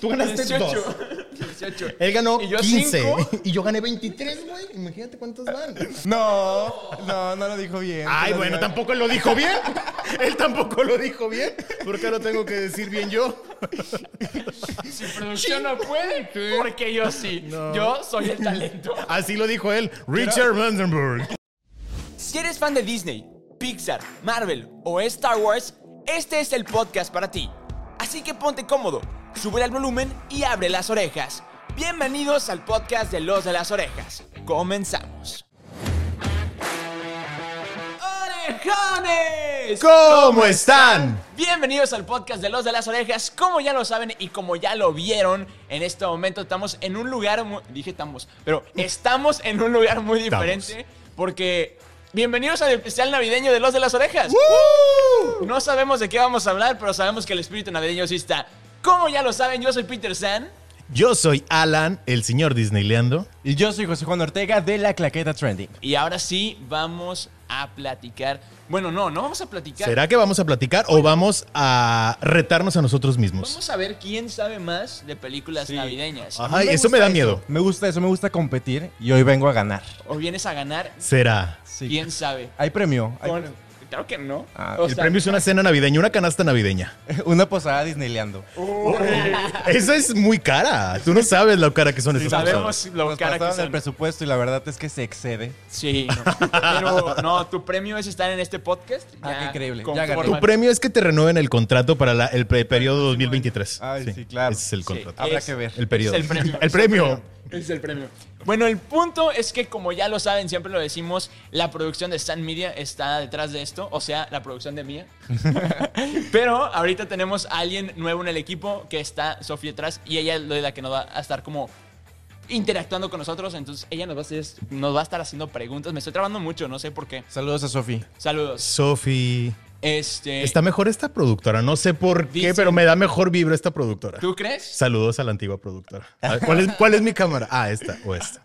Tú ganaste Este 18. dos. Eh, 18. Él ganó Y yo 15. cinco. Y yo gané 23, güey. Imagínate cuántos van. No, no, no lo dijo bien. Ay, Pero bueno, no- tampoco lo dijo bien. Él tampoco lo dijo bien. ¿Por qué lo tengo que decir bien yo? Si producción no puede, porque yo sí. Yo soy el talento. Así lo dijo él, Richard Vandenberg. Si eres fan de Disney, Pixar, Marvel o Star Wars, este es el podcast para ti. Así que ponte cómodo, sube el volumen y abre las orejas. Bienvenidos al podcast de Los de las Orejas. Comenzamos. ¡Orejones! ¿Cómo están? Bienvenidos al podcast de Los de las Orejas. Como ya lo saben y como ya lo vieron, en este momento estamos en un lugar muy. Dije estamos, pero estamos en un lugar muy diferente. Porque. Bienvenidos al especial navideño de Los de las Orejas. No sabemos de qué vamos a hablar, pero sabemos que el espíritu navideño sí está. Como ya lo saben, yo soy Peter San. Yo soy Alan, el señor Disneyleando. Y yo soy José Juan Ortega de la Claqueta Trending. Y ahora sí vamos a platicar. Bueno, no, no vamos a platicar. ¿Será que vamos a platicar o vamos a retarnos a nosotros mismos? Vamos a ver quién sabe más de películas navideñas. Ah. Ay, me eso me gusta da miedo. Me gusta eso, me gusta competir y hoy vengo a ganar. O vienes a ganar, Será. Sí. quién sabe. Hay premio. hay Con- Claro que no. Ah, O El sea, premio es una cena navideña, una canasta navideña. pre- Una posada Disneyleando. Esa es muy cara. Tú no sabes lo cara que son esas cosas. Sabemos lo Nos cara que pasaron el son. presupuesto y la verdad es que se excede. Sí, no. pero no, tu premio es estar en este podcast. Ah, qué increíble. Ya conforme- gané. Tu premio es que te renueven el contrato para la- el pre- periodo 2023. Ay, sí, claro. Ese es el Sí. contrato. Habrá Es- que ver. El periodo. es el premio. El premio. Es el premio. Bueno, el punto es que, como ya lo saben, siempre lo decimos, la producción de Stan Media está detrás de esto, o sea, la producción de Mía. Pero ahorita tenemos a alguien nuevo en el equipo que está Sofía detrás y ella es la que nos va a estar como interactuando con nosotros. Entonces, ella nos va a, hacer- nos va a estar haciendo preguntas. Me estoy trabando mucho, no sé por qué. Saludos a Sofi. Saludos. Sofi. Este. Está mejor esta productora. No sé por qué, Dicen- pero me da mejor vibra esta productora. ¿Tú crees? Saludos a la antigua productora. A ver, ¿Cuál es, cuál es mi cámara? Ah, esta o esta.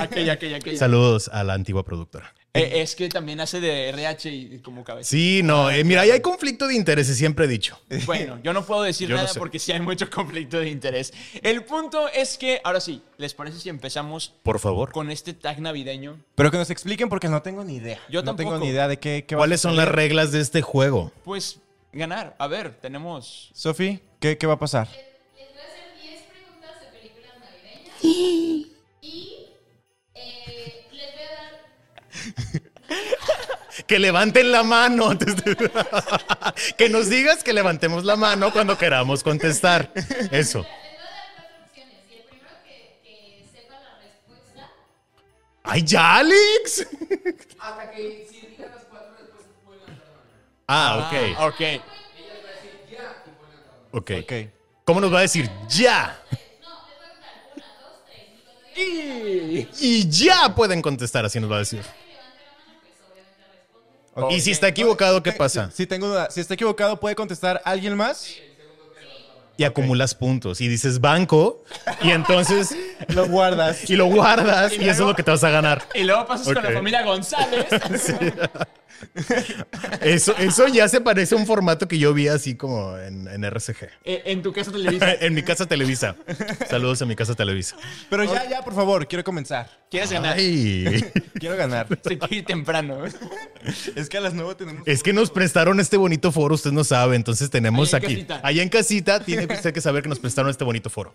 Aquella, aquella, aquella. Saludos a la antigua productora. Eh, es que también hace de RH y como cabeza. Sí, no, eh, mira, ahí hay conflicto de intereses, siempre he dicho. Bueno, yo no puedo decir Yo no nada sé. porque sí hay mucho conflicto de interés. El punto es que, ahora sí, ¿les parece si empezamos Por favor. con este tag navideño? Pero que nos expliquen porque no tengo ni idea. Yo no tampoco. tengo ni idea de qué, qué va a ¿Cuáles son las reglas de este juego? Pues ganar. A ver, tenemos. Sofi, ¿qué, ¿qué va a pasar? Les voy a hacer 10 preguntas de películas navideñas. y eh, les voy a dar. Que levanten la mano. antes de- que nos digas que levantemos la mano cuando queramos contestar. Eso. Les voy a dar cuatro opciones. Y el primero que, que sepa la respuesta. ¡Ay, ya, Alex! Hasta que si digan las cuatro respuestas pueden hacer Ah, Ah, ok. ok. Ok. Ok. ¿Cómo nos va a decir ya? Y ya pueden contestar, así nos va a decir. Y si está equivocado, ¿qué pasa? Si, tengo duda, si está equivocado, ¿puede contestar alguien más? Y acumulas puntos y dices banco y entonces Lo guardas. y lo guardas y, eso es lo que te vas a ganar. Y luego pasas con la Ok. familia González. Eso, eso ya se parece a un formato que yo vi así como en, en RCG. Eh, en tu casa televisa. En mi casa Televisa. Saludos a mi casa Televisa. Pero ya, ya, por favor, quiero comenzar. ¿Quieres ganar? Ay, Quiero ganar. Se quiere ir temprano. Es que a las nueve tenemos. es que nos prestaron este bonito foro, usted no sabe, entonces tenemos Allá en aquí. casita. Allá en casita tiene usted que saber que nos prestaron este bonito foro.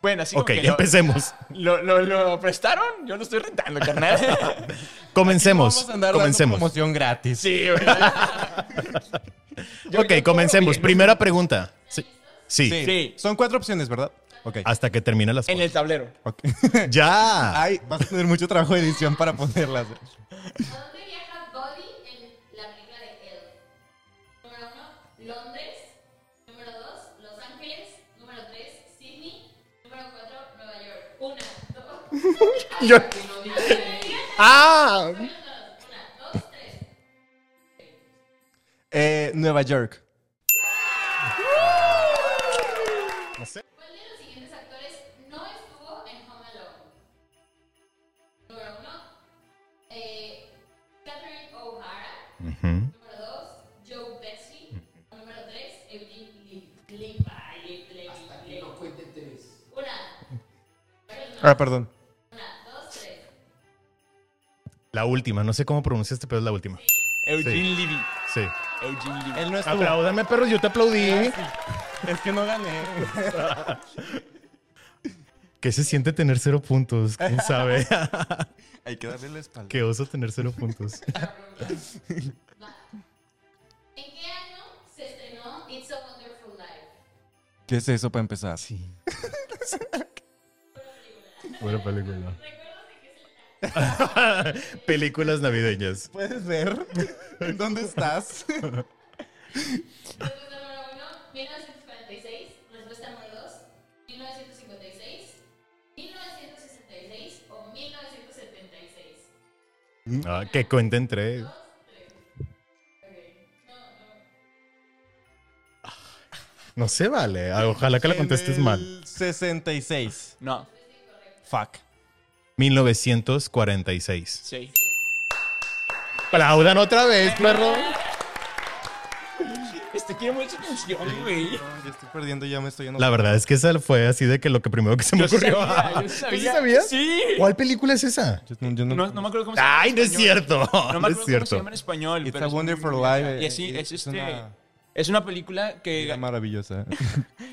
Bueno, así como Ok, que lo- empecemos. Lo, lo, lo prestaron? Yo lo estoy rentando, carnal. Comencemos. Vamos a andar dando Comencemos. promoción gratis. Sí, ¿verdad? Yo- yo Ok, todo comencemos. bien. Primera pregunta. Sí. Sí. Sí. Ah. Sí. Son cuatro opciones, ¿verdad? Ok. Hasta que termine las En el tablero. Ok. Ya. Ay, vas a tener mucho trabajo de edición para ponerlas. ¿A dónde viaja Buddy en la película de Elf? Número 1, Londres. Número 2, Los Ángeles. Número 3, Sydney. Número 4, Nueva York. Una, dos. Yo- Ah. Una, dos, tres. Eh, Nueva York. ¿Cuál de los siguientes actores no estuvo en Home Alone? Número uno, eh, Catherine O'Hara. Número dos, Joe Pesci. Número tres, Eugene Levy. Levy, Levy, Levy. 53. Una, Ah, perdón. una, dos, tres. La última, no sé cómo pronunciaste, pero es la última. Eugene Levy. Sí. Eugene Levy. Ah, Él no estuvo. Apláudame, perros, yo te aplaudí. Es que no gané. ¿Qué se siente tener cero puntos? ¿Quién sabe? Hay que darle la espalda. Qué oso tener cero puntos. ¿En qué año se estrenó It's a Wonderful Life? ¿Qué es eso para empezar? Sí. Buena película. Películas navideñas. ¿Puedes ver? ¿En ¿Dónde estás? Respuesta número uno, 1946. Respuesta número dos, 1956. 1966 o 1976. Ah, que cuenten tres. No se vale. Ah, Ojalá que la contestes En mal. el 66. No, Fuck. 1946. sí. Aplaudan otra vez, perro. Este quiere mucha atención, güey. No, yo estoy perdiendo, ya me estoy La enojando. verdad es que esa fue así de que lo que primero que se me Yo sí ocurrió. sabía, Ah, yo ¿Tú sí sí sabía. sabías? Sí. ¿Cuál película es esa? Yo no- yo no- No, no me acuerdo cómo se llama. en Ay, no es español. cierto. No No, me acuerdo es cómo se llama cierto. en español. It's pero a es muy Wonderful bonita. Life. Y así, es, Es este. una- Es una película que Era maravillosa.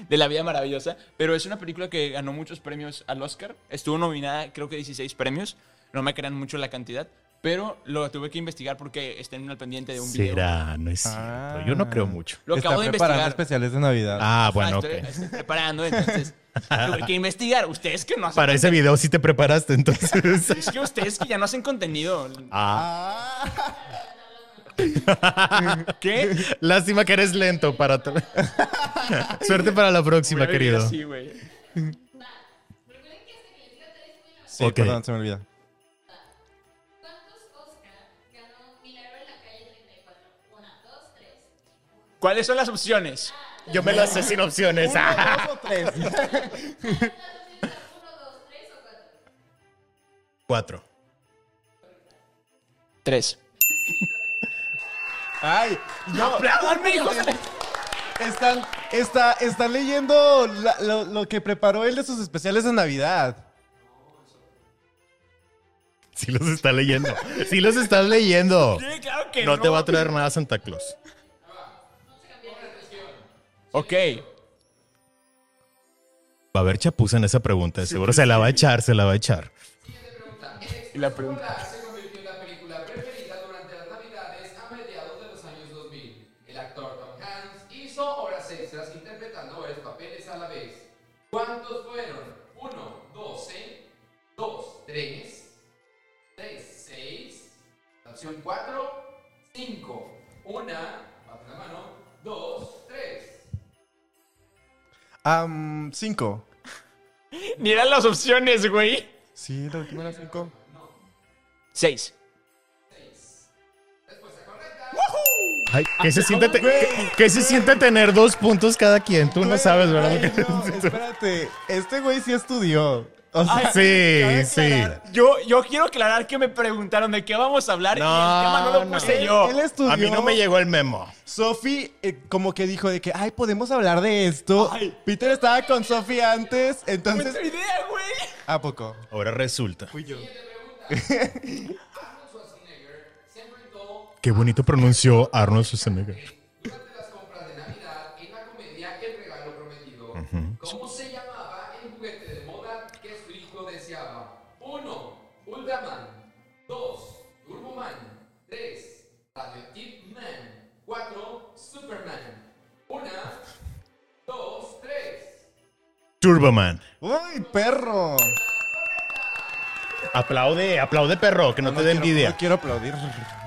de la vida maravillosa, pero es una película que ganó muchos premios al Oscar. Estuvo nominada, creo que 16 premios. No me crean mucho la cantidad, pero lo tuve que investigar porque estén al pendiente de un video. Será, no es cierto. Ah. Yo no creo mucho. Lo Está acabo de preparando investigar. especiales de Navidad. Ah, Ah, bueno, ok. estoy, estoy preparando, entonces tuve que investigar. Ustedes que no hacen Para ese video sí te preparaste, entonces. Es que ustedes que ya no hacen contenido. Ah. ¿Qué? Lástima que eres lento para. to- Suerte para la próxima, Voy a vivir querido. así, güey. Recuerden que hasta que les diga tres fue la Sí, ok. perdón, se me olvida. ¿Cuántos Oscar ganó Milagro en la calle 34? Una, dos, tres. ¿Cuáles son las opciones? Yo me la sé sin opciones. ¿Las opciones son uno, dos, tres o cuatro? Cuatro. Tres. Ay, no, ¡Apláudanme, hijos! están, está, están leyendo la- lo, lo que preparó él de sus especiales de Navidad. Sí los está leyendo. Sí los estás leyendo. Sí, claro que no. No te va a traer nada Santa Claus. Ok. Va a haber chapuza en esa pregunta, de seguro. Se la va a echar, se la va a echar. Y la pregunta. Hola se convirtió en la película preferida durante las navidades a mediados de los años 2000. El actor Tom Hanks hizo horas extras interpretando varios papeles a la vez. ¿Cuántos fueron? 1, 12, 2, 3, 3, 6, opción 4, 5, 1, bajo la mano, 2, 3. Am, cinco. Ni eran las opciones, güey. Sí, la última era cinco. Seis. Ay, ¿qué, se siente te- qué- qué se siente tener dos puntos cada quien? Tú no sabes, ¿verdad? Ay, no, espérate, este güey sí estudió. O sea, Sí, sí. Yo, yo quiero aclarar que me preguntaron de qué vamos a hablar y el No, tema no lo no. puse él, yo. él estudió. A mí no me llegó el memo. Sophie eh, como que dijo de que, ay, podemos hablar de esto. Ay. Peter estaba con Sophie antes, No entonces... tengo idea, güey. ¿A poco? Ahora resulta. Fui yo. Siempre todo Qué bonito pronunció Arnold Schwarzenegger. durante las compras de Navidad en la comedia El regalo prometido. ¿Cómo se llamaba el juguete de moda que su hijo deseaba? 1. Ultraman. 2. Turboman. 3. Radioactive Man. 4. Superman. 1. 2. 3. Turboman. ¡Uy, perro! Aplaude, aplaude, perro, que no, te dé quiero- envidia. No quiero aplaudir.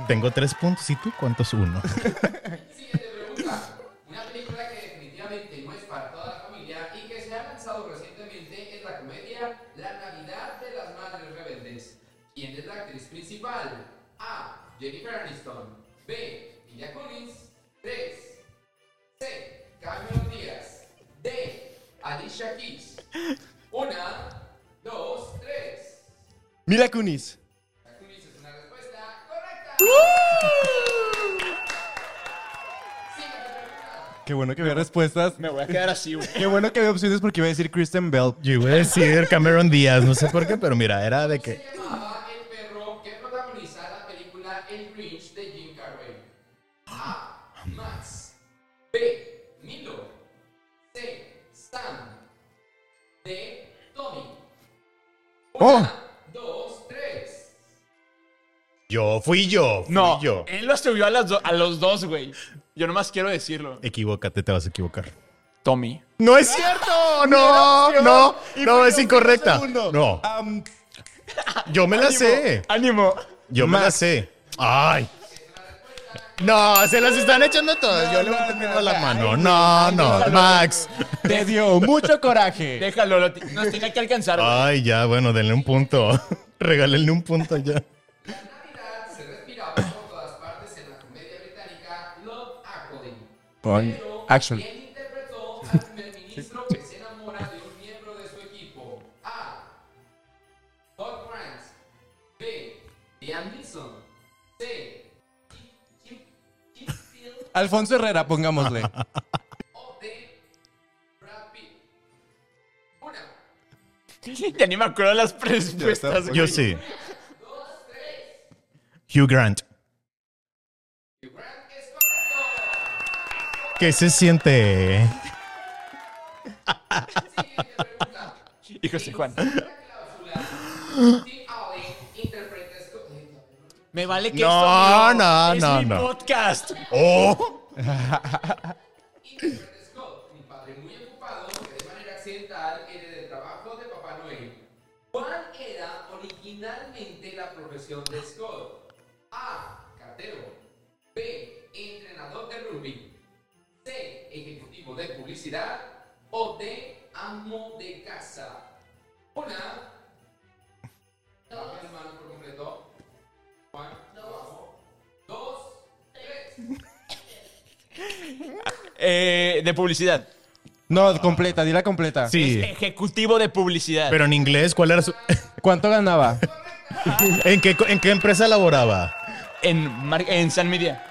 Tengo tres puntos. ¿Y tú cuántos? Uno. Siguiente pregunta. Una película que definitivamente no es para toda la familia y que se ha lanzado recientemente es la comedia La Navidad de las Madres Rebeldes. ¿Quién es la actriz principal? A. Jennifer Aniston. B. Mila Kunis. 3. C. Cameron Díaz. D. Alicia Keys. Una, dos, tres. Mila Kunis. La Kunis es una respuesta correcta. Siguiente pregunta. Qué qué bueno que había respuestas. Me voy a quedar así, güey. Qué bueno que había opciones porque iba a decir Kristen Bell. Yo iba a decir Cameron Díaz, no sé por qué, pero mira, era de que. Se llamaba el perro que protagoniza la película El Grinch de Jim Carrey? A. Max. B. Milo. C. Sam. D. Tommy. ¡Oh! Dos, tres. Yo fui yo. Fui No, yo. él lo subió a, las do- a los dos, güey. Yo nomás quiero decirlo. Equivócate, te vas a equivocar. Tommy. ¡No es cierto! ¡No! ¡No! ¡No! ¡Es incorrecta! Segundo. No, Am, yo me la sé. Ánimo. Yo me la sé. ¡Ay! No, se las están echando todas. yo le voy no, poniendo no, la no. mano. No, no, Max. te dio mucho coraje. Déjalo, lo ti- nos tenía que alcanzar. güey. Ay, ya, bueno, denle un punto. Regálenle un punto ya. Navidad se respiraba por todas partes en la comedia británica Love Actually. Pon action. ¿Quién interpretó al primer ministro que se enamora de un miembro de su equipo? A. Bob Grant. B. Liam Neeson. C. Chip- Chip Field. Alfonso Herrera, pongámosle. O D. Brad Pitt. Una. Ya ni me acuerdo de las respuestas, güey. Yo sí. Hugh Grant. ¿Qué se siente? Y José Juan. Tim Allen interpreta a Scott. Ay, no. Me vale que No, esto no, es no, mi no. podcast. ¡Oh! Interpreta a Scott, un padre muy ocupado que de manera accidental hereda el trabajo de Papá Noel. ¿Cuál era originalmente la profesión de Scott? A. Cartero. B. Entrenador de rugby. C. Ejecutivo de publicidad. O D. Amo de casa. Una. Baja la mano por completo. Juan. abajo. Dos. Tres. Eh, de publicidad. No, completa, dila completa. Sí. Este. Ejecutivo de publicidad. Pero en inglés, ¿cuál era su. ¿Cuánto ganaba? ¿En qué, en qué empresa laboraba? En, mar- en San Media.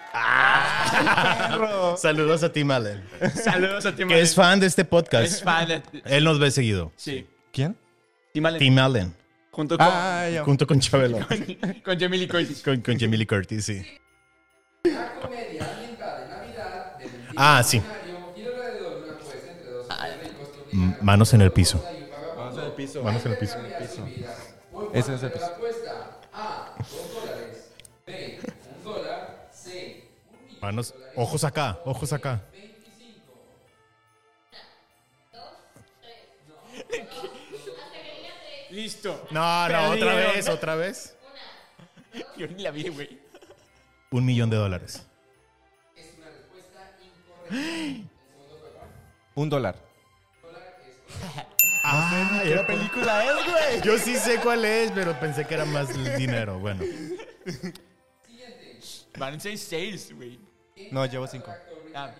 Saludos a ti, Allen. Saludos a Tim Que es Allen. fan de este Es podcast. fan de- Él nos ve seguido. Sí. ¿Quién? Tim Allen. Tim Allen. Junto con, Ah, ya. Junto con Chabelo. con Jamie Lee Curtis. Con, con Jamie Lee Curtis, sí. La comedia ambientada en Navidad del antiguo Ah, sí. escenario gira alrededor de una jueza entre dos hombres ricos que M- obligan a Manos en el piso. y un vagabundo Vamos al piso. Manos en el piso. a su vida. Por Ese es cuanto el la apuesta A, dos dólares. B, un dólar. C, un millón. Manos. Ojos acá, ojos acá. Listo. No, no, Perdieron. otra vez, otra vez. Yo ni la vi, güey. Un millón de dólares. Un dólar. Ah, era película es, güey? Yo sí sé cuál es, pero pensé que era más el dinero. Bueno, Van 6-6, güey. No, llevo cinco. Ah,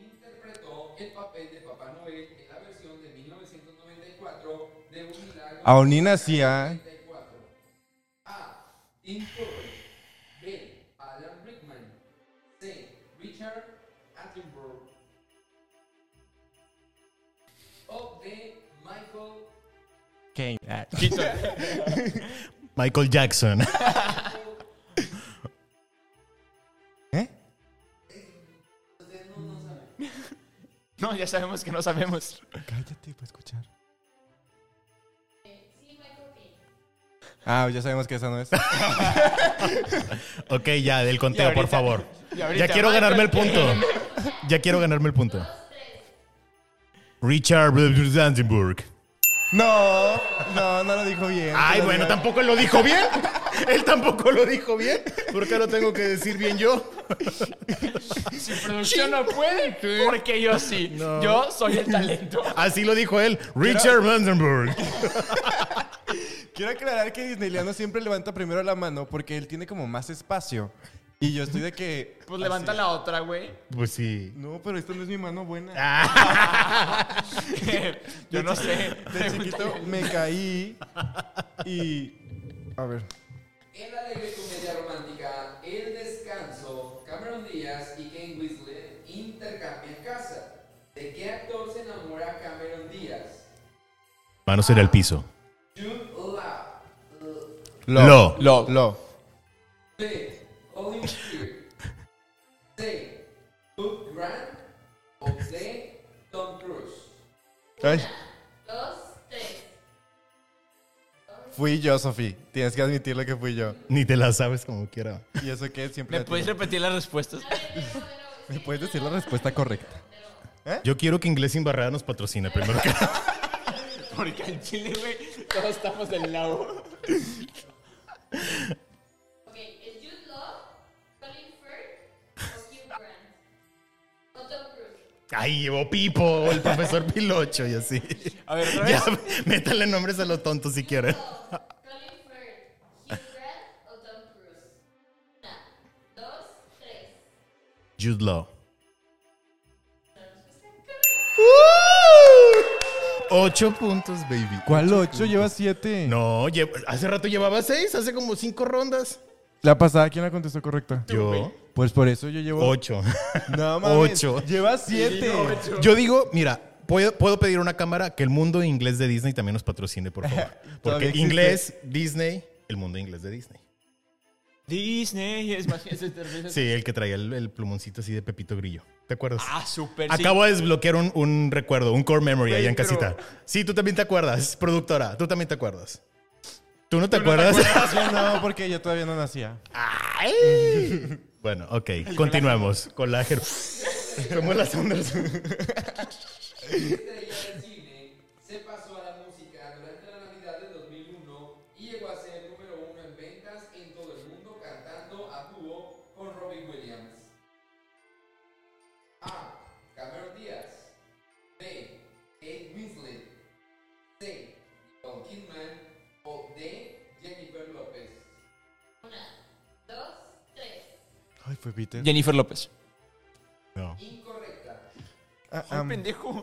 Interpretó el papel de Papá Noel en la versión de 1994 de un milagro. Aún ni nacía. 34. A. Tim Curry. B. Alan Rickman. C. Richard Attenborough. O D. Michael Kane. quito. Michael Jackson. ¿Eh? No, ya sabemos que no sabemos. Cállate para escuchar. Ah, ya sabemos que esa no es. Ok, ya, del conteo, Y ahorita- por favor. y ahorita Ya quiero Michael ganarme el punto. Ya quiero ganarme el punto. Richard Brandenburg. No, no, no lo dijo bien. Ay, Pero bueno, no. tampoco lo dijo bien. Él tampoco lo dijo bien. ¿Por qué lo tengo que decir bien yo? Si producción no puede, porque yo sí. No. Yo soy el talento. Así lo dijo él. Richard Brandenburg. Quiero aclarar que Disneyliano siempre levanta primero la mano porque él tiene como más espacio. Y yo estoy de que. Pues levanta la otra, güey. Pues sí. No, pero esta no es mi mano buena. Yo no sé. De chiquito me caí y. A ver. En la alegre comedia romántica El Descanso, Cameron Díaz y Ken Whistler intercambian casa. qué actor se enamora a Cameron Díaz? Manos en el piso. Jude Law. Lo. Lo. Lo. B. Colin Shear. C. Hugh Grant. O D. Tom Cruise. Ay, Dos, tres. fui yo, Sofi. Tienes que admitirlo que fui yo. Ni te la sabes como quiera. ¿Y eso qué? Siempre. ¿Me la puedes tengo. repetir las respuestas? ¿Me puedes decir la respuesta correcta? Yo quiero que Inglés Sin Barrera nos patrocine primero que... Porque al chile, güey, todos estamos del lado. Ok, ¿es Jude Law, Colin Firth o Hugh Grant? O Tom Cruise. Ay, llevó Pipo, o el profesor Pilocho y así. A ver, otra Ya, vez. métanle nombres a los tontos si quieren. Law, Colin Firth, Hugh Grant o Tom Cruise. Una, dos, tres. Jude Law. ¡Uh! Ocho puntos, baby. ¿Cuál 8? Lleva 7. No, lle- hace rato llevaba seis, hace como cinco rondas. La pasada, ¿quién la contestó correcta? Yo, Pues por eso yo llevo. ocho. No mames. Ocho. Lleva 7. Yo digo, mira, puedo, puedo pedir una cámara que el mundo inglés de Disney también nos patrocine, por favor. Todavía Porque existe. inglés, Disney, el mundo inglés de Disney. Disney, es más, es de Sí, el que traía el, el plumoncito así de Pepito Grillo. ¿Te acuerdas? Ah, súper. sí. Acabo de desbloquear un, un recuerdo, un core memory Güey, allá en pero- casita. Sí, tú también te acuerdas, productora. Tú también te acuerdas. ¿Tú no te acuerdas? Yo no, porque yo todavía no nacía. Ay. bueno, ok. continuamos. Colágeno. Como las ondas. Esta estrella Este del cine se pasó a la música durante la Navidad del 2001 y llegó a ser número uno en ventas en todo el mundo cantando a dúo con Robbie Williams. A. Cameron Díaz. B. Kate Winslet. C. Nicole Kidman. O D. Jennifer López. Dos, tres. Ay, fue Peter. Jennifer López. No. Incorrecta. Ah, Ay, am, pendejo.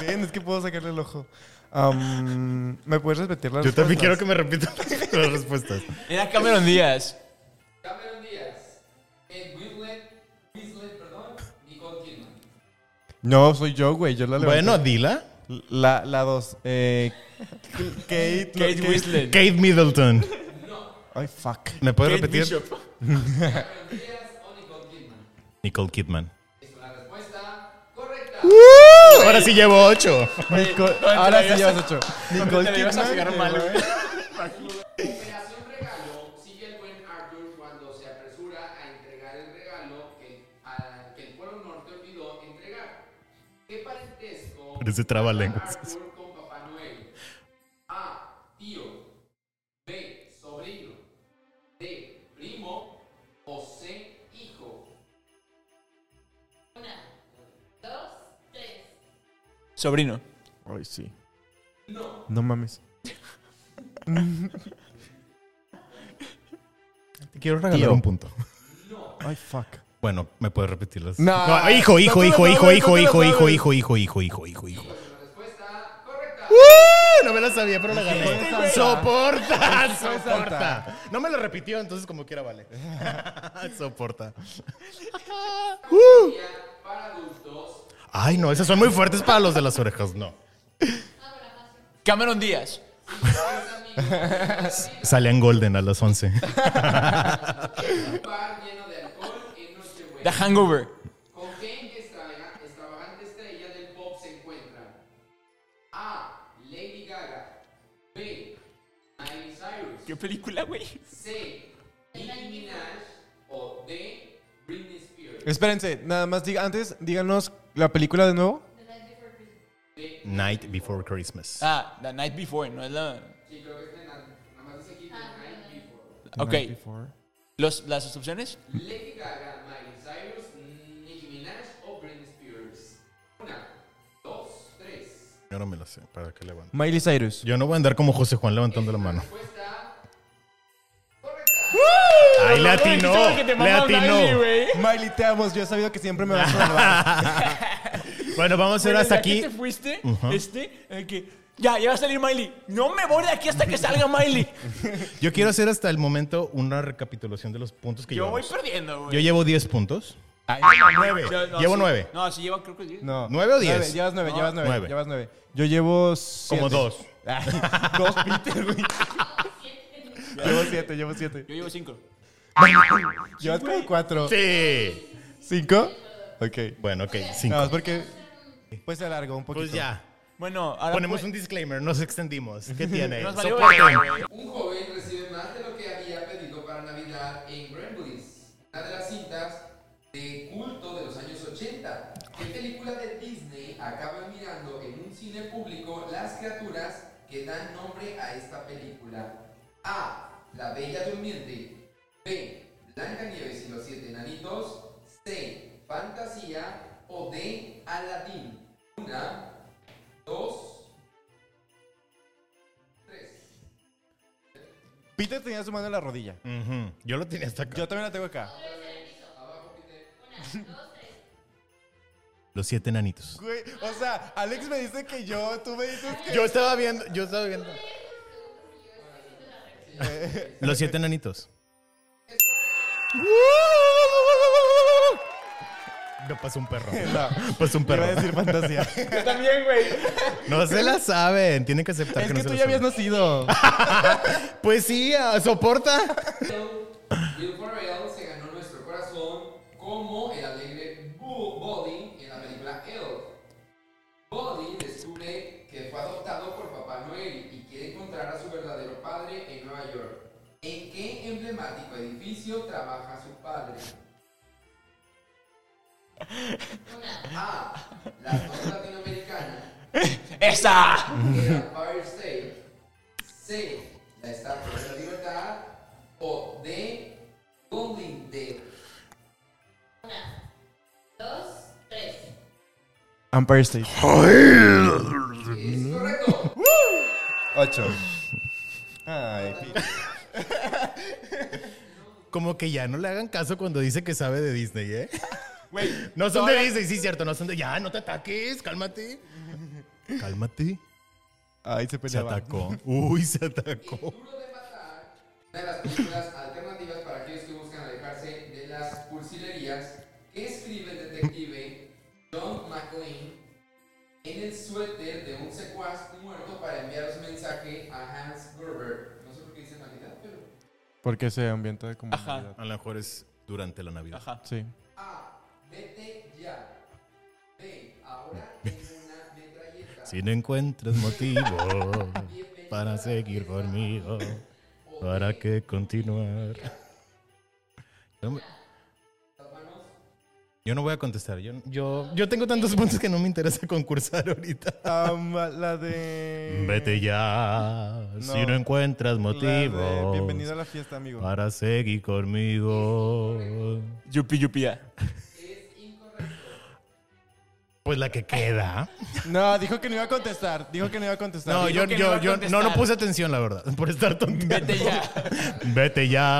ven, es que puedo sacarle el ojo. Am, ¿Me puedes repetir la Yo también quiero que me repitan las respuestas. Era Cameron Díaz. Cameron Díaz. Kate Winslet. Winslet, perdón. Nicole Kidman. No, soy yo, güey. Yo la levanté. Bueno, dila. La, la dos. Eh, Kate, Kate Winslet. Kate Middleton. Ay, fuck. ¿Me puedes Kate repetir? Bishop. Cameron Díaz o Nicole Kidman. Nicole Kidman. Es la respuesta correcta. ¡Uh! Ahora sí llevo ocho. Nico- no, ahora te la sí ibas llevas ocho. Te Nicole la ibas a pegar eh, Kidman, mal, güey. güey. Operación Regalo sigue el buen Arthur cuando se apresura a entregar el regalo que, a- que el Polo Norte olvidó entregar. ¿Qué parentesco Parece trabalenguas. Arthur con Papá Noel? A. Tío. B. Sobrino. D. Primo. O C. Hijo. Una, dos, tres. Sobrino. Ay, sí. No. No mames. Te quiero regalar Tío. un punto. Ay, fuck. Bueno, ¿me puedes repetir las? No, hijo, no hijo, hijo, te lo sabes, hijo, hijo, no te lo hijo, sabes. hijo, hijo, hijo, hijo, hijo, hijo, hijo. Respuesta correcta. Ah, No me la sabía, pero la gané. güey. Soporta, soporta. Santa. No me la repitió, entonces como quiera vale. Soporta. Día Para adultos. Ay, no, esas son muy fuertes para los de las orejas, no. Cameron Díaz. Salían Golden a las 11. Un bar lleno de alcohol en Nochebuena. The Hangover. ¿Con qué extrava- extravagante estrella del pop se encuentra? A. Lady Gaga. B. Miley Cyrus. ¿Qué película, güey? C. Nicki Minaj. O D. Britney Spears. Espérense, nada más diga, antes díganos la película de nuevo. Night Before Christmas. Ah, The Night Before, no es la. Sí, creo que es de na- nada más dice aquí The Night Before. Ok. Night Before. Los, ¿Las opciones? Lady Gaga, Miley Cyrus, Nicki Minaj o Britney Spears. Una, dos, tres. Yo no me la sé, para que levanto. Miley Cyrus. Yo no voy a andar como José Juan levantando la mano. Respuesta correcta. Ay, le atinó, Dijiste que te le mamaba Miley, atinó. güey. Miley, te amo. Yo he sabido que siempre me vas a salvar. Bueno, vamos a ir Pero hasta desde aquí. te fuiste? Este, eh, que ya, ya va a salir Miley. No me voy de aquí hasta que salga Miley. Yo quiero hacer hasta el momento una recapitulación de los puntos que Yo voy llevamos. perdiendo, Yo güey. llevo 10 puntos. Ay, no, nueve. No, no, Llevo sí. nueve. No, sí llevo, creo que diez. No. ¿Nueve o Nueve, diez? Llevas nueve, No. llevas nueve, Nueve. Llevas nueve. Yo llevo siete. Como dos. Ay, dos, Peter, güey. llevo siete, llevo siete. Yo llevo cinco. Llevas como cuatro. Sí. ¿Cinco? Ok. Bueno, ok, No, cinco. es porque. Pues se alargó un poquito. Pues ya. Bueno, ahora. Ponemos pues- un disclaimer, nos extendimos. ¿Qué tiene? Nos valió Soporten. verga, güey. Un joven recibe más de lo que había pedido para Navidad en Gremlins, una de las cintas de culto de los años 80. ¿Qué película de Disney acaban mirando en un cine público las criaturas que dan nombre a esta película? A. La Bella Durmiente. B. Blancanieves y los Siete Enanitos. C. Fantasía. O D. Aladdin. Una, dos, tres. Peter tenía su mano en la rodilla. Ujú, Yo lo tenía hasta acá. Yo también la tengo acá. Los siete nanitos. Güey, o sea, Alex me dice que yo, tú me dices que. Yo estaba viendo, yo estaba viendo. Los siete nanitos. No pasó un perro. No. Pasó un Te iba a perro. decir fantasía. Yo también, güey. No se la saben, tienen que aceptar es que que, no se tú la ya habías saben. nacido. Pues sí, ah, soporta. Will Ferrell se ganó nuestro corazón como el alegre Bo- Buddy en la película Elf. Buddy descubre que fue adoptado por Papá Noel y quiere encontrar a su verdadero padre en Nueva York. ¿En qué emblemático edificio trabaja su padre? A. Ah, La zona latinoamericana. ¡Esa! Era Fire State. C. La Estatua de la Libertad. O D. Golden Dead. Dos, tres. Empire State. Es correcto. Ocho. Ay, Peter. Como que ya no le hagan caso cuando dice que sabe de Disney, ¿eh? Güey. No son de Ahora- Disney, sí, cierto, no son de. Ya, no te ataques, cálmate. Cálmate. Ay, se Se peleaba. atacó. Uy, se atacó. Duro de matar. Una de las películas alternativas para aquellos que buscan alejarse de las cursilerías que escribe el detective John McLean en el suéter de un secuaz muerto para enviar su mensaje a Hans Gerber. No sé por qué dice Navidad, pero. Porque se ambienta como. Ajá. Navidad. A lo mejor es durante la Navidad. Ajá. Sí. A. Vete ya. B. Ahora en una metralleta. Si no encuentras motivo para seguir conmigo, ¿para qué continuar? Yo, me- yo no voy a contestar. Yo, yo, yo tengo tantos puntos que no me interesa concursar ahorita. Am, la de. Vete ya, si No. no encuentras La de motivo Ah. Bienvenido a la fiesta, amigo. para seguir conmigo. Yupi, yupi. ya. Pues la que queda. No, dijo que no iba a contestar. Dijo que no iba a contestar. No, dijo yo, que no va yo, yo no, a no contestar. puse atención, la verdad, por estar tonteando. Vete ya. Vete ya.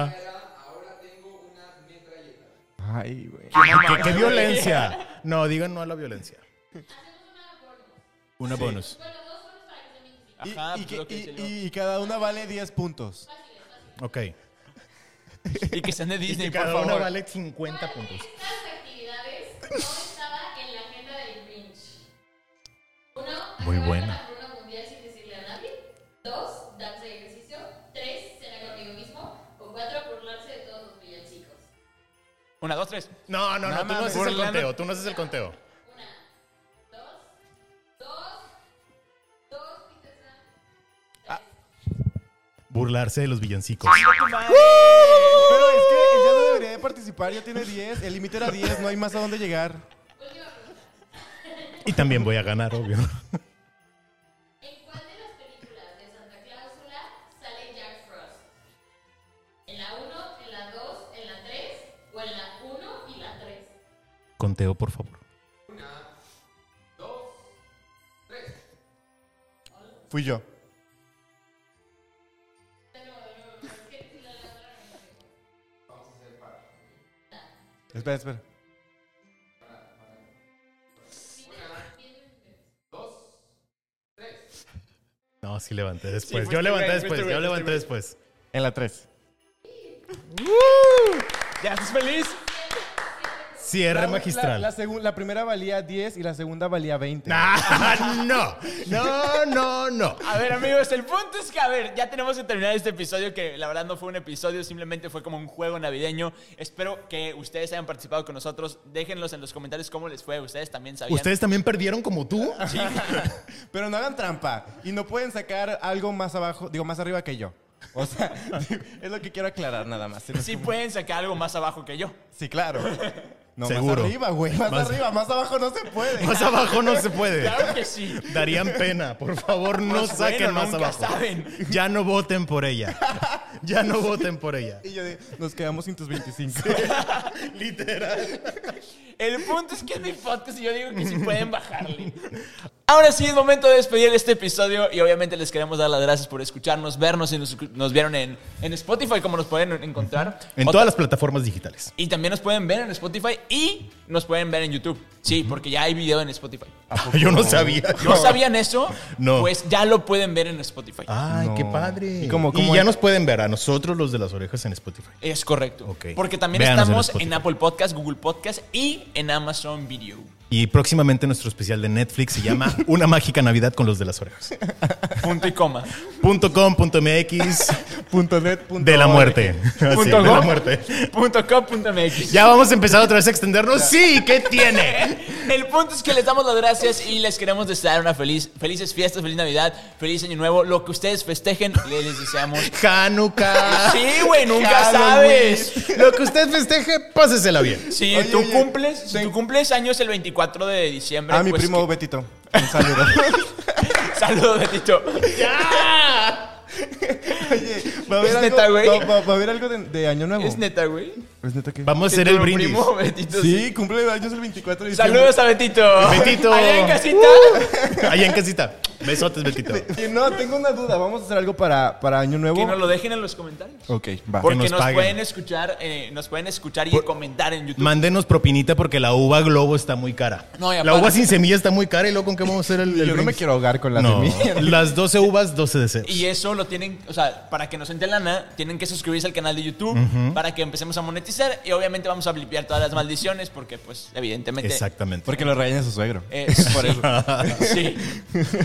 Ahora tengo una metralleta. Ay, güey. ¿Qué, qué violencia? No, digan no a la violencia. Una bonus. Bueno, dos fueron para que se me identifique. Y, Ajá, y pues que- lo que y- dice luego. y- y cada una vale 10 puntos. Ok. Y que sean de Y Disney, que por cada una favor. vale 50 ¿Cuál de puntos. estas actividades no estaba en la agenda del Grinch? Uno, Muy acabar buena. la corona mundial sin decirle a nadie. Dos, danza y ejercicio. Tres, cena conmigo mismo. O cuatro, burlarse de todos los villancicos. Una, dos, tres. No, no, no, tú No no mames. haces el Burlando. conteo. Tú no haces el conteo. Una, dos, dos, dos, Peter Pan. Burlarse de los villancicos. Pero es que ella no debería de participar, ya tiene 10. El límite era 10, no hay más a dónde llegar. Y también voy a ganar, obvio. ¿En cuál de las películas de Santa Clausula sale Jack Frost? ¿En la 1, en la 2, en la 3 o en la 1 y la 3? Conteo, por favor. Fui yo. Espera, espera. No, sí levanté después. fuiste yo levanté pues, güey, después. fuiste Yo güey, levanté fuiste después. En la 3. ¿Ya estás feliz? Cierre La- la- magistral. La, segun- la primera valía 10 y la segunda valía 20. Ah, no, no, no, no. A ver, amigos, el punto es que, a ver, ya tenemos que terminar este episodio, que la verdad no fue un episodio, simplemente fue como un juego navideño. Espero que ustedes hayan participado con nosotros. Déjenlos en los comentarios cómo les fue. Ustedes también sabían. ¿Ustedes también perdieron como tú? Pero no hagan trampa. Y no pueden sacar algo más abajo, digo, más arriba que yo. O sea, es lo que quiero aclarar nada más. Sí pueden sacar algo más abajo que yo. Sí, claro. No, Seguro. más arriba, güey. Más, Más- arriba, más abajo no se puede. Más abajo no se puede. Claro que sí. Darían pena. Por favor, no Pues saquen bueno, más nunca abajo. saben. Ya no voten por ella. Ya no voten por ella. Y yo de, nos quedamos sin tus 25. Literal. El punto es que es mi podcast y yo digo que sí pueden bajarle. Ahora sí es momento de despedir este episodio y obviamente les queremos dar las gracias por escucharnos, vernos y nos, nos vieron en, en Spotify como nos pueden encontrar. En Otra- todas las plataformas digitales. Y también nos pueden ver en Spotify y nos pueden ver en YouTube. Sí, porque ya hay video en Spotify. Yo no sabía. ¿No sabían eso? No. Ah. Pues ya lo pueden ver en Spotify. Ay, qué padre. ¿Y Y, cómo- cómo ya es? nos pueden ver a nosotros los de las orejas en Spotify. Es correcto. Ok. Porque también Véanos en estamos en, Spotify. Apple Podcast, Google Podcast y en Amazon Video. Y próximamente nuestro especial de Netflix se llama Una mágica Navidad con los de las orejas. Punto y coma. Punto com, punto mx, punto net, punto de la org. muerte. Así, de Punto la com. muerte. Punto com, punto MX. Ya vamos a empezar otra vez a extendernos. Sí, ¿qué tiene? El punto es que les damos las gracias y les queremos desear una feliz, felices fiestas, feliz Navidad, feliz Año Nuevo, lo que ustedes festejen, les les deseamos. Hanukkah. Sí, güey, nunca Halloween. sabes. Lo que usted festeje, pásesela bien. Si Oye, tú oye, cumples, si tú cumples años el 24 de diciembre. Ah, mi pues primo Betito. Un saludo. que- Saludos, Betito. Oye, va a haber Es algo, neta, güey. va, va- va a haber algo de, de año nuevo. Es neta, güey. ¿Es neta que. Vamos a Que hacer tu el brindis. primo Betito, Sí, cumple años el 24 de diciembre. Saludos a Betito. Betito. Allá en casita. Allá en casita. Besotes, Betito. Y no, tengo una duda. Vamos a hacer algo para, para año nuevo. Que nos lo dejen en los comentarios. Ok, va. Porque nos nos, paguen. pueden escuchar, eh, nos pueden escuchar y comentar en YouTube. Mándenos propinita porque la uva globo está muy cara. No, y la aparte- uva sin semilla está muy cara y luego con qué vamos a hacer el, el Yo no me brindis? quiero ahogar con la No, semilla. las 12 uvas, 12 deseos. Y eso lo tienen, o sea, para que nos entre lana, tienen que suscribirse al canal de YouTube para que empecemos a monetizar y obviamente vamos a blipear todas las maldiciones porque, pues, evidentemente. Exactamente. Porque lo regaña su suegro. eh, por eso. Sí.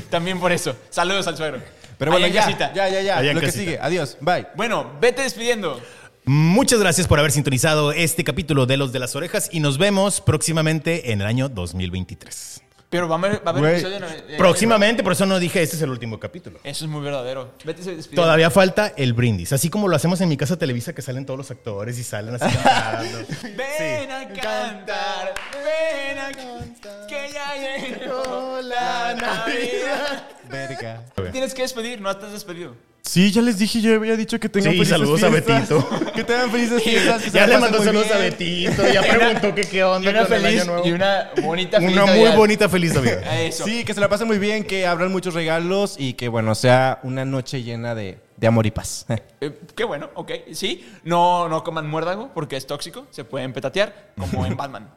También por eso. Saludos al suegro. Pero bueno, Allá en ya, casita. ya, ya, ya. Allá en Lo que casita. sigue. Adiós. Bye. Bueno, vete despidiendo. Muchas gracias por haber sintonizado este capítulo de Los de las Orejas y nos vemos próximamente en el año 2023. Pero va a haber, va a haber Güey, episodio. de- de- Próximamente, por eso no dije este es el último capítulo. Eso es muy verdadero. Vete despidiendo. Todavía falta el brindis, así como lo hacemos en mi casa Televisa que salen todos los actores y salen así cantando. Ven a cantar, ven a cantar, que ya llegó la Navidad. Verga. Tienes que despedir, no estás despedido. Sí, ya les dije, yo había dicho que tengan Sí, felices saludos a fiestas. Betito. Que tengan felices fiestas. que se Ya la le pasen mandó muy saludos a bien. Betito, ya preguntó que qué Y onda una con el feliz año nuevo. y una bonita feliz Una muy Navidad. bonita feliz Navidad. Eso. Sí, que se la pasen muy bien, que abran muchos regalos y que, bueno, sea una noche llena de, de amor y paz. Eh, qué bueno, ok. Sí, no, no coman muérdago porque es tóxico, se pueden petatear como en Batman,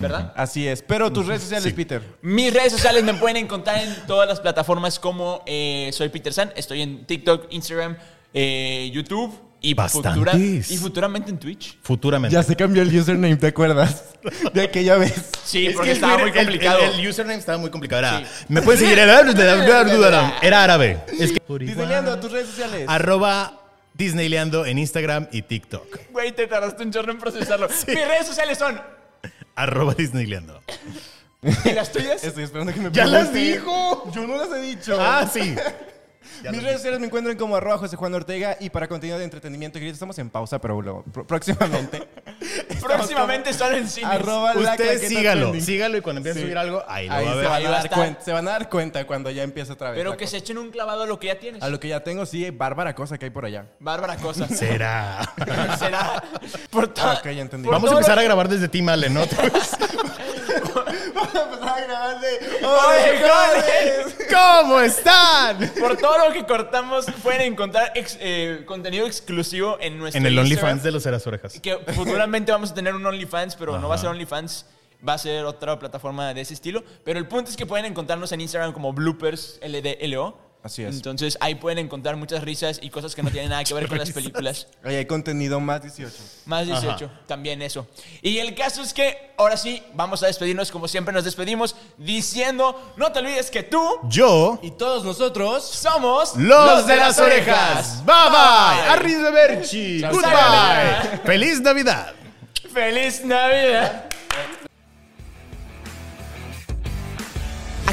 ¿verdad? Así es. Pero tus redes sociales, Peter. Mis redes sociales me pueden encontrar en todas las plataformas como eh, soy Peter San. Estoy en TikTok, Instagram, eh, YouTube y, Bastantes. futura- y futuramente en Twitch. Futuramente. Ya se cambió el username, ¿te acuerdas? De aquella vez. Sí, Es que porque el estaba muy Twitter- el- complicado. El, el username estaba muy complicado. Era, Me pueden seguir. Era, era árabe. Es que- Disneyleando, tus redes sociales. Arroba Disneyleando en Instagram y TikTok. Güey, te tardaste un chorro en procesarlo. Mis redes sociales son. Arroba Disneyleando. ¿Y las tuyas? Estoy esperando que me ¡Ya las pregunte. dijo! Yo no las he dicho. Ah, sí. Mis redes sociales me encuentran como arroba José Juan Ortega y para contenido de entretenimiento, queridos, estamos en pausa, pero luego- pr- próximamente. Próximamente son en cines. arroba la Usted claqueta sígalo. trending. Sígalo y cuando empiece a Sí. subir algo, ahí lo Ahí va a se ver. van Ahí a va a dar estar. cuenta, se van a dar cuenta cuando ya empiece otra vez. Pero la que cosa. se echen un clavado a lo que ya tienes. A lo que ya tengo, sí, bárbara cosa que hay por allá. Bárbara cosa. Será. Será. Por todo. Ah, ok, ya entendí. por Vamos a todo empezar a grabar desde ti, Male, ¿no? Vamos a empezar a grabar de lo- orejones. ¿Cómo están? Por todo lo que cortamos, pueden encontrar ex- eh, contenido exclusivo en nuestro En el Instagram, OnlyFans de los Eras Orejas. Que futuramente vamos a tener un OnlyFans, pero no va a Ajá. ser OnlyFans. Va a ser otra plataforma de ese estilo. Pero el punto es que pueden encontrarnos en Instagram como bloopers LDLO. Así es. Entonces ahí pueden encontrar muchas risas y cosas que no tienen nada que ver con las películas. Ahí hay contenido más 18. Más 18, también eso. Y el caso es que ahora sí vamos a despedirnos como siempre nos despedimos diciendo, no te olvides que tú Yo, Y todos nosotros. somos los de las orejas. Bye bye. Arrivederci. Chao, Goodbye. sayonara. Feliz Navidad. ¡Feliz Navidad!